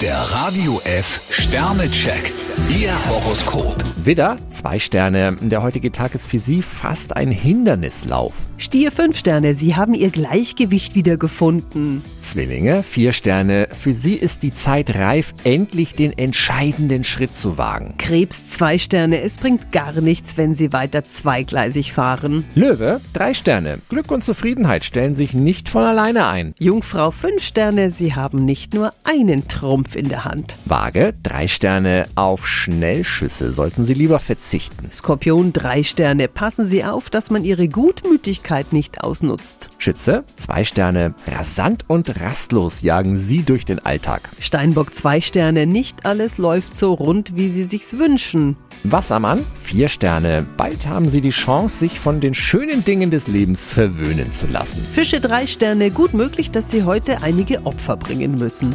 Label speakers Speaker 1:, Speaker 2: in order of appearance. Speaker 1: Der Radio F Sternecheck. Ihr Horoskop.
Speaker 2: Widder, zwei Sterne. Der heutige Tag ist für Sie fast ein Hindernislauf.
Speaker 3: Stier 5 Sterne, Sie haben Ihr Gleichgewicht wiedergefunden.
Speaker 2: Zwillinge, vier Sterne. Für Sie ist die Zeit reif, endlich den entscheidenden Schritt zu wagen.
Speaker 3: Krebs 2 Sterne, es bringt gar nichts, wenn Sie weiter zweigleisig fahren.
Speaker 2: Löwe, drei Sterne. Glück und Zufriedenheit stellen sich nicht von alleine ein.
Speaker 3: Jungfrau 5 Sterne, Sie haben nicht nur einen Trumpf in der Hand.
Speaker 2: Waage, drei Sterne. Auf Schnellschüsse sollten Sie lieber verzichten.
Speaker 3: Skorpion 3 Sterne, passen Sie auf, dass man Ihre Gutmütigkeit nicht ausnutzt.
Speaker 2: Schütze, zwei Sterne. Rasant und rastlos jagen Sie durch den Alltag.
Speaker 3: Steinbock 2 Sterne, nicht alles läuft so rund, wie Sie sich's wünschen.
Speaker 2: Wassermann, vier Sterne. Bald haben Sie die Chance, sich von den schönen Dingen des Lebens verwöhnen zu lassen.
Speaker 3: Fische 3 Sterne, gut möglich, dass Sie heute einige Opfer bringen müssen.